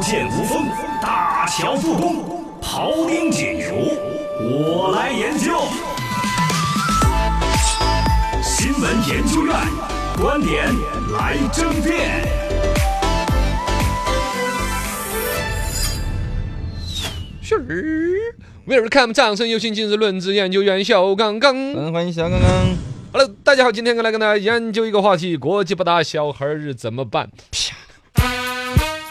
剑无锋，大乔复工，庖丁解牛，我来研究。新闻研究院观点来争辩。是，Welcome，掌声有请今日论资研究员小刚刚。嗯，欢迎小刚刚。 Hello，大家好，今天来跟大家研究一个话题：国际八大小孩日怎么办？啪！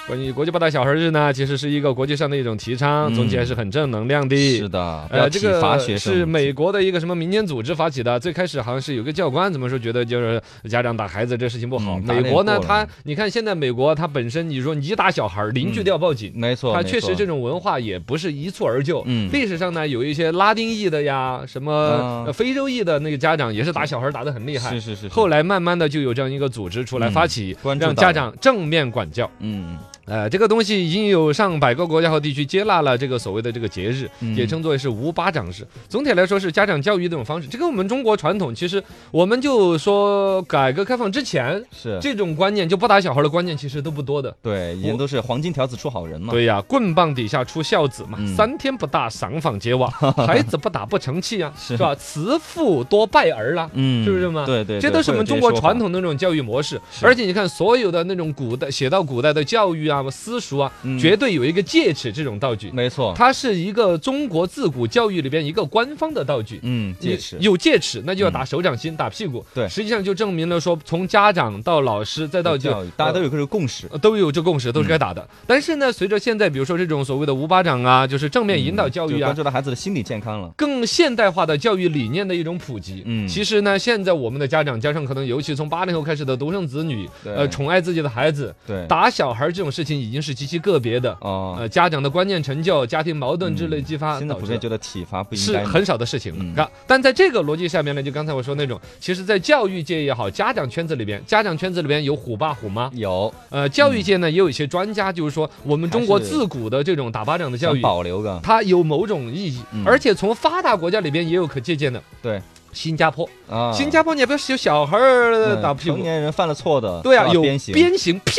关于国际八大小孩日呢，其实是一个国际上的一种提倡，嗯总体还是很正能量的。是的，啊不要呃，这体罚个学生。是美国的一个什么民间组织发起的，最开始好像是有个教官怎么说，觉得就是家长打孩子这事情不好。嗯打美脸国呢，过了他你看现在美国，他本身你说你打小孩儿，邻居都要报警。嗯没错，它没确实错这种文化也不是一蹴而就。嗯历史上呢，有一些拉丁裔的呀，什么啊呃非洲裔的那个家长也是打小孩打得很厉害是。是是。后来，来慢慢的就有这样一个组织出来嗯发起，关注让到家了长正面管教。嗯，呃，这个东西已经有上百个国家和地区接纳了这个所谓的这个节日，嗯也称作是无巴掌式。总体来说是家长教育的一种方式。这跟我们中国传统其实，我们就说改革开放之前，是，这种观念就不打小孩的观念其实都不多的。对，以前都是黄金条子出好人嘛。对呀、棍棒底下出孝子嘛，嗯三天不打赏坊揭瓦，孩子不打不成器啊， 是是吧？慈父多败儿啊 啦、嗯，是不是嘛对对，这对都是我们中国传。会有这些说法统的那种教育模式，是而且你看，所有的那种古代写到古代的教育啊、私塾啊，嗯绝对有一个戒尺这种道具，没错，它是一个中国自古教育里边一个官方的道具。嗯，戒你尺。有戒尺，那就要打手掌心、打屁股。对实际上就证明了说，从家长到老师再到教育，大家都有嗯这个共识。呃都有这共识，都是该打的。但是呢，随着现在比如说这种所谓的无巴掌啊，就是正面引导教嗯就育啊关。注到孩子的心理健康了。更现代化的教育理念的一种普及。嗯其实呢，现在我们的家长加上可能尤其从八零后开始的独生子女，对呃，宠爱自己的孩子，对，打小孩这种事情已经是极其个别的。哦，呃，家长的观念成就、家庭矛盾之类嗯激发，现在普遍觉得体罚不应是该。很少的事情嗯了。啊但在这个逻辑下面呢，就刚才我说那种，其实，在教育界也好，家长圈子里边，家长圈子里边有虎爸虎妈，有呃，教育界呢也有一些专家，就是说我们中国还是自古的这种打巴掌的 教想育，保留个它有某种意义嗯，而且从发达国家里边也有可借鉴的。对，新加坡，啊，新加坡你不是有小孩儿嗯打屁成股？年人犯了错的，对啊，要有鞭刑，鞭啊刑，啪！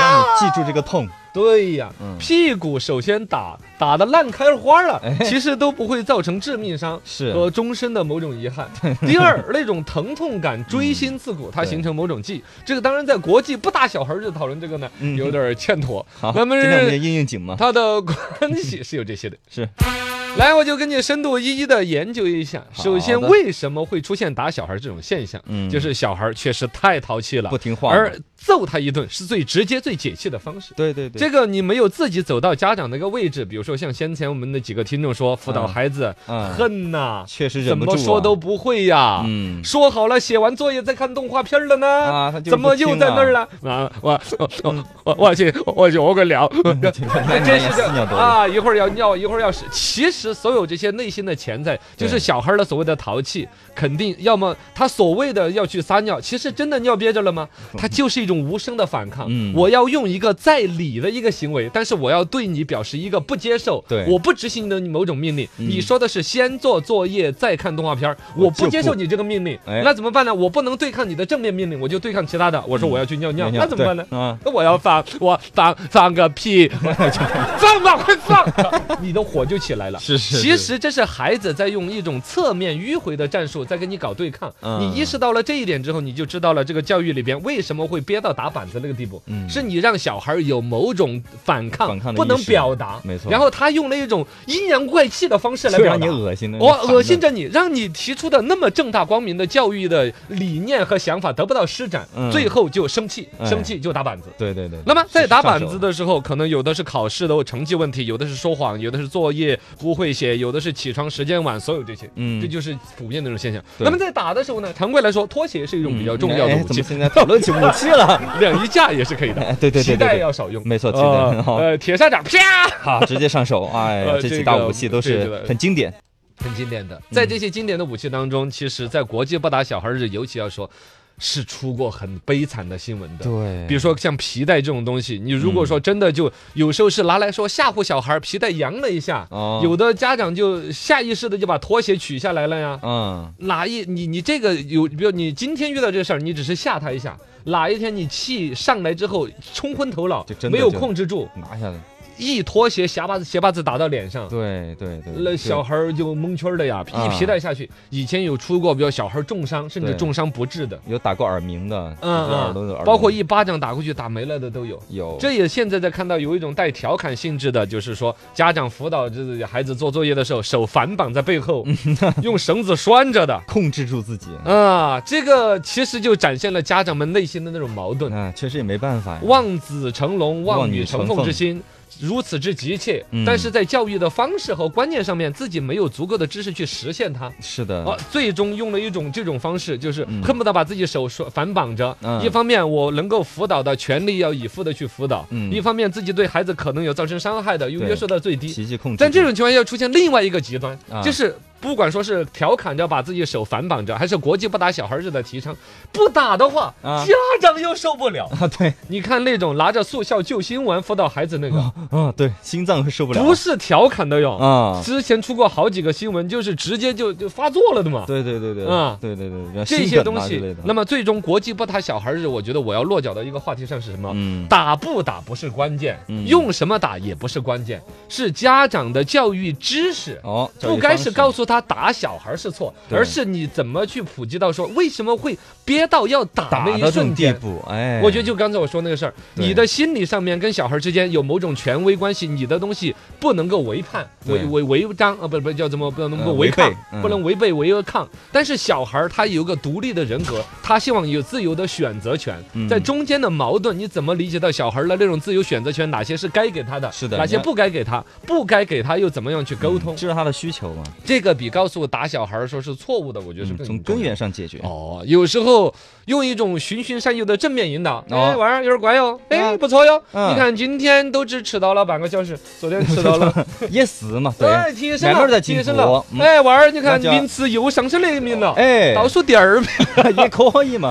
让你记住这个痛。对呀嗯，屁股首先打，打的烂开花了，其实都不会造成致命伤。哎是，和终身的某种遗 憾。第二，那种疼痛感锥心刺骨，它嗯对形成某种记忆。这个当然在国际不打小孩日讨论这个呢，嗯有点儿欠妥。好，那么今天我们是就应应景嘛。它的关系是有这些的。啊 是，来，我就跟你深度一一的研究一下。首先，好的为什么会出现打小孩这种现象？嗯就是小孩确实太淘气了不，听话嘛。而揍他一顿是最直接、最解气的方式。对对对，这个你没有自己走到家长那个位置，比如说像先前我们的几个听众说，辅导嗯孩子嗯恨呐，确实怎忍不住、么啊。说都不啊会呀。嗯说好了写完作业再看动画片了呢，啊他就是怎么不听又在那儿了？啊，我我我我我去我去我个聊，嗯 真是这私尿多了啊！一会儿要尿，一会儿要屎。其实所有这些内心的潜在，就是对小孩儿的所谓的淘气，肯定要么他所谓的要去撒尿，其实真的尿憋着了 吗？他就是一种无声的反抗。嗯 我要用一个在理的一个行为，但是我要对你表示一个不接受，对嗯我不执行你的某种命令。你说的是先做作业再看动画片儿，我我不就接受不你这个命令，哎那怎么办呢？我不能对抗你的正面命令，我就对抗其他的。嗯我说我要去尿尿，那怎么办呢？啊，那我要放，我放放个 屁，放吧，快放！ 你的火就起来了。是是其实这是孩子在用一种侧面迂回的战术在跟你搞对抗。嗯你意识到了这一点之后，你就知道了这个教育里边为什么会憋到打板子那个地步，嗯是你让小孩有某种反抗，反抗的不能意识表达，没错然后他用了一种阴阳怪气的方式来就表让达你。恶心的，我恶心这着你，让你提出的那么正大光明的教育的理念和想法得不到施展，嗯最后就生气，哎生气就打板子。对对对。那么在是打板子，上手的时候，可能有的是考试的成绩问题，有的是说谎，有的是作业不会写，有的是起床时间晚，所有这些。嗯这就是普遍的这种现象。对那么在打的时候呢，常规来说，拖鞋是一种比较重要的哎武怎器么，现在讨论起武器 了？晾衣架也是可以的，哎， 对对皮对带对对，要少用。没错，期呃待。哦好呃，铁砂掌啪，好，直接上手，哎呀，啊呃这这几大个武器都对是对对很经典。很经典的。在这些经典的武器当中，其实，在国际不打小孩日，尤其要说，是出过很悲惨的新闻的。对嗯比如说像皮带这种东西，你如果说真的就有时候是拿来说吓唬小孩儿，皮带扬了一下，哦有的家长就下意识的就把拖鞋取下来了呀。嗯，哪一你你这个有，比如你今天遇到这事儿，你只是吓他一下，哪一天你气上来之后冲昏头脑就，真的没有就控制住，拿下来，一拖鞋鞋把子鞋把子打到脸上，对对对，那对小孩儿就蒙圈儿的呀，啊一皮带下去。以前有出过，比如小孩儿重伤，甚至对重伤不治的，有打过耳鸣的，嗯就是耳朵的嗯包耳，朵括一巴掌打过去打没了的都有。有这也现在在看到有一种带调侃性质的，就是说家长辅导自己孩子做作业的时候，手反绑在背 后，用绳子拴着的。控制住自己，啊，这个其实就展现了家长们内心的那种矛盾。那确实也没办法呀，望子成龙、望望女女成成凤之凤心。如此之急切，嗯但是在教育的方式和观念上面，自己没有足够的知识去实现它，是的，啊，最终用了一种这种方式，就是嗯恨不得把自己手说反绑着。嗯一方面我能够辅导的，全力要以赴的去辅导；嗯一方面自己对孩子可能有造成伤害的，又对约束到最低。脾气控制住，但这种情况下出现另外一个极端，啊就是不管说是调侃着把自己手反绑着，还是国际不打小孩日的提倡，不打的话，啊家长又受不了。啊， 对，你看那种拿着速效救心丸辅导孩子那个，啊对，心脏会受 不了，不是调侃的哟。啊，之前出过好几个新闻，就是直接就就发作了的嘛。对对对对，啊对对对，然后这心些梗东啊之类西的，那么最终国际不打小孩日，我觉得我要落脚的一个话题上是什么？嗯，打不打不是关键，嗯用什么打也不是关键，是家长的教育知识。哦，不该是告诉诉他打小孩是错，对而是你怎么去普及到说为什么会憋到要打打那到一这种瞬地间。步，哎，我觉得就刚才我说那个事儿，对你的心理上面跟小孩之间有某种权威关系，你的东西不能够违叛、对违违违章啊，不不叫怎么不能够呃违违抗背，嗯不能违背违抗。但是小孩儿他有个独立的人格，他希望有自由的选择权，嗯在中间的矛盾，你怎么理解到小孩儿的那种自由选择权？哪些是该给他的？是的嗯哪些你要不该给他？不该给他又怎么样去沟通？知道他的需求嘛，这个比告诉打小孩儿说是错误的，我觉得是嗯更从重根要源上解决，哦，有时候用一种循循善诱的正面引导，哦哎，晚上有点乖哟，哎，嗯不错哟。嗯你看今天都只迟到了半个小时，昨天迟到 了，也是嘛，对，哎，提升慢慢了，地提进升步了。嗯哎，娃儿，你看那就名次又上升了一名了，哎，倒数第二名。也可以嘛。